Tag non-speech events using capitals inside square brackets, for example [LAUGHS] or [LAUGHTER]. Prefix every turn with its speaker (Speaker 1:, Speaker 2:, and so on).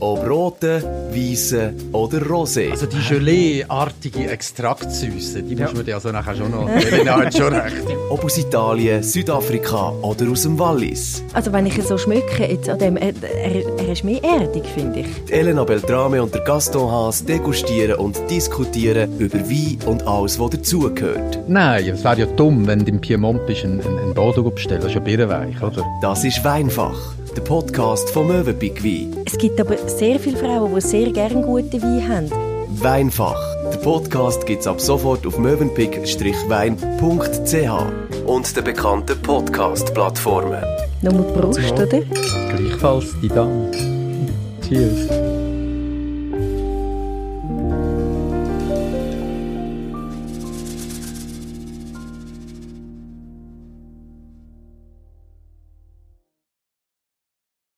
Speaker 1: Ob rote, weiße oder rosé.
Speaker 2: Also die Gelee-artige Extraktsüße, die muss man dir also nachher schon [LAUGHS] noch... Elena hat schon recht.
Speaker 1: Ob aus Italien, Südafrika oder aus dem Wallis.
Speaker 3: Also wenn ich ihn so schmücke, jetzt an dem, er, er, er ist mehr erdig, finde ich.
Speaker 1: Die Elena Beltrame und der Gaston Haas degustieren und diskutieren über Wein und alles, was dazugehört.
Speaker 2: Nein, es wäre ja dumm, wenn du im Piemont bist, einen, einen einen Bordeaux bestellst. Das ist ja birrenweich, oder?
Speaker 1: Das ist Weinfach, der Podcast vom Möwenpick Wein.
Speaker 3: Es gibt aber sehr viele Frauen, die sehr gerne guten Wein haben.
Speaker 1: Weinfach, der Podcast gibt's ab sofort auf möwenpick-wein.ch und den bekannten Podcast-Plattformen.
Speaker 3: Nur mit Brust,
Speaker 2: Ja.
Speaker 3: oder?
Speaker 2: Gleichfalls, die Dame. Cheers.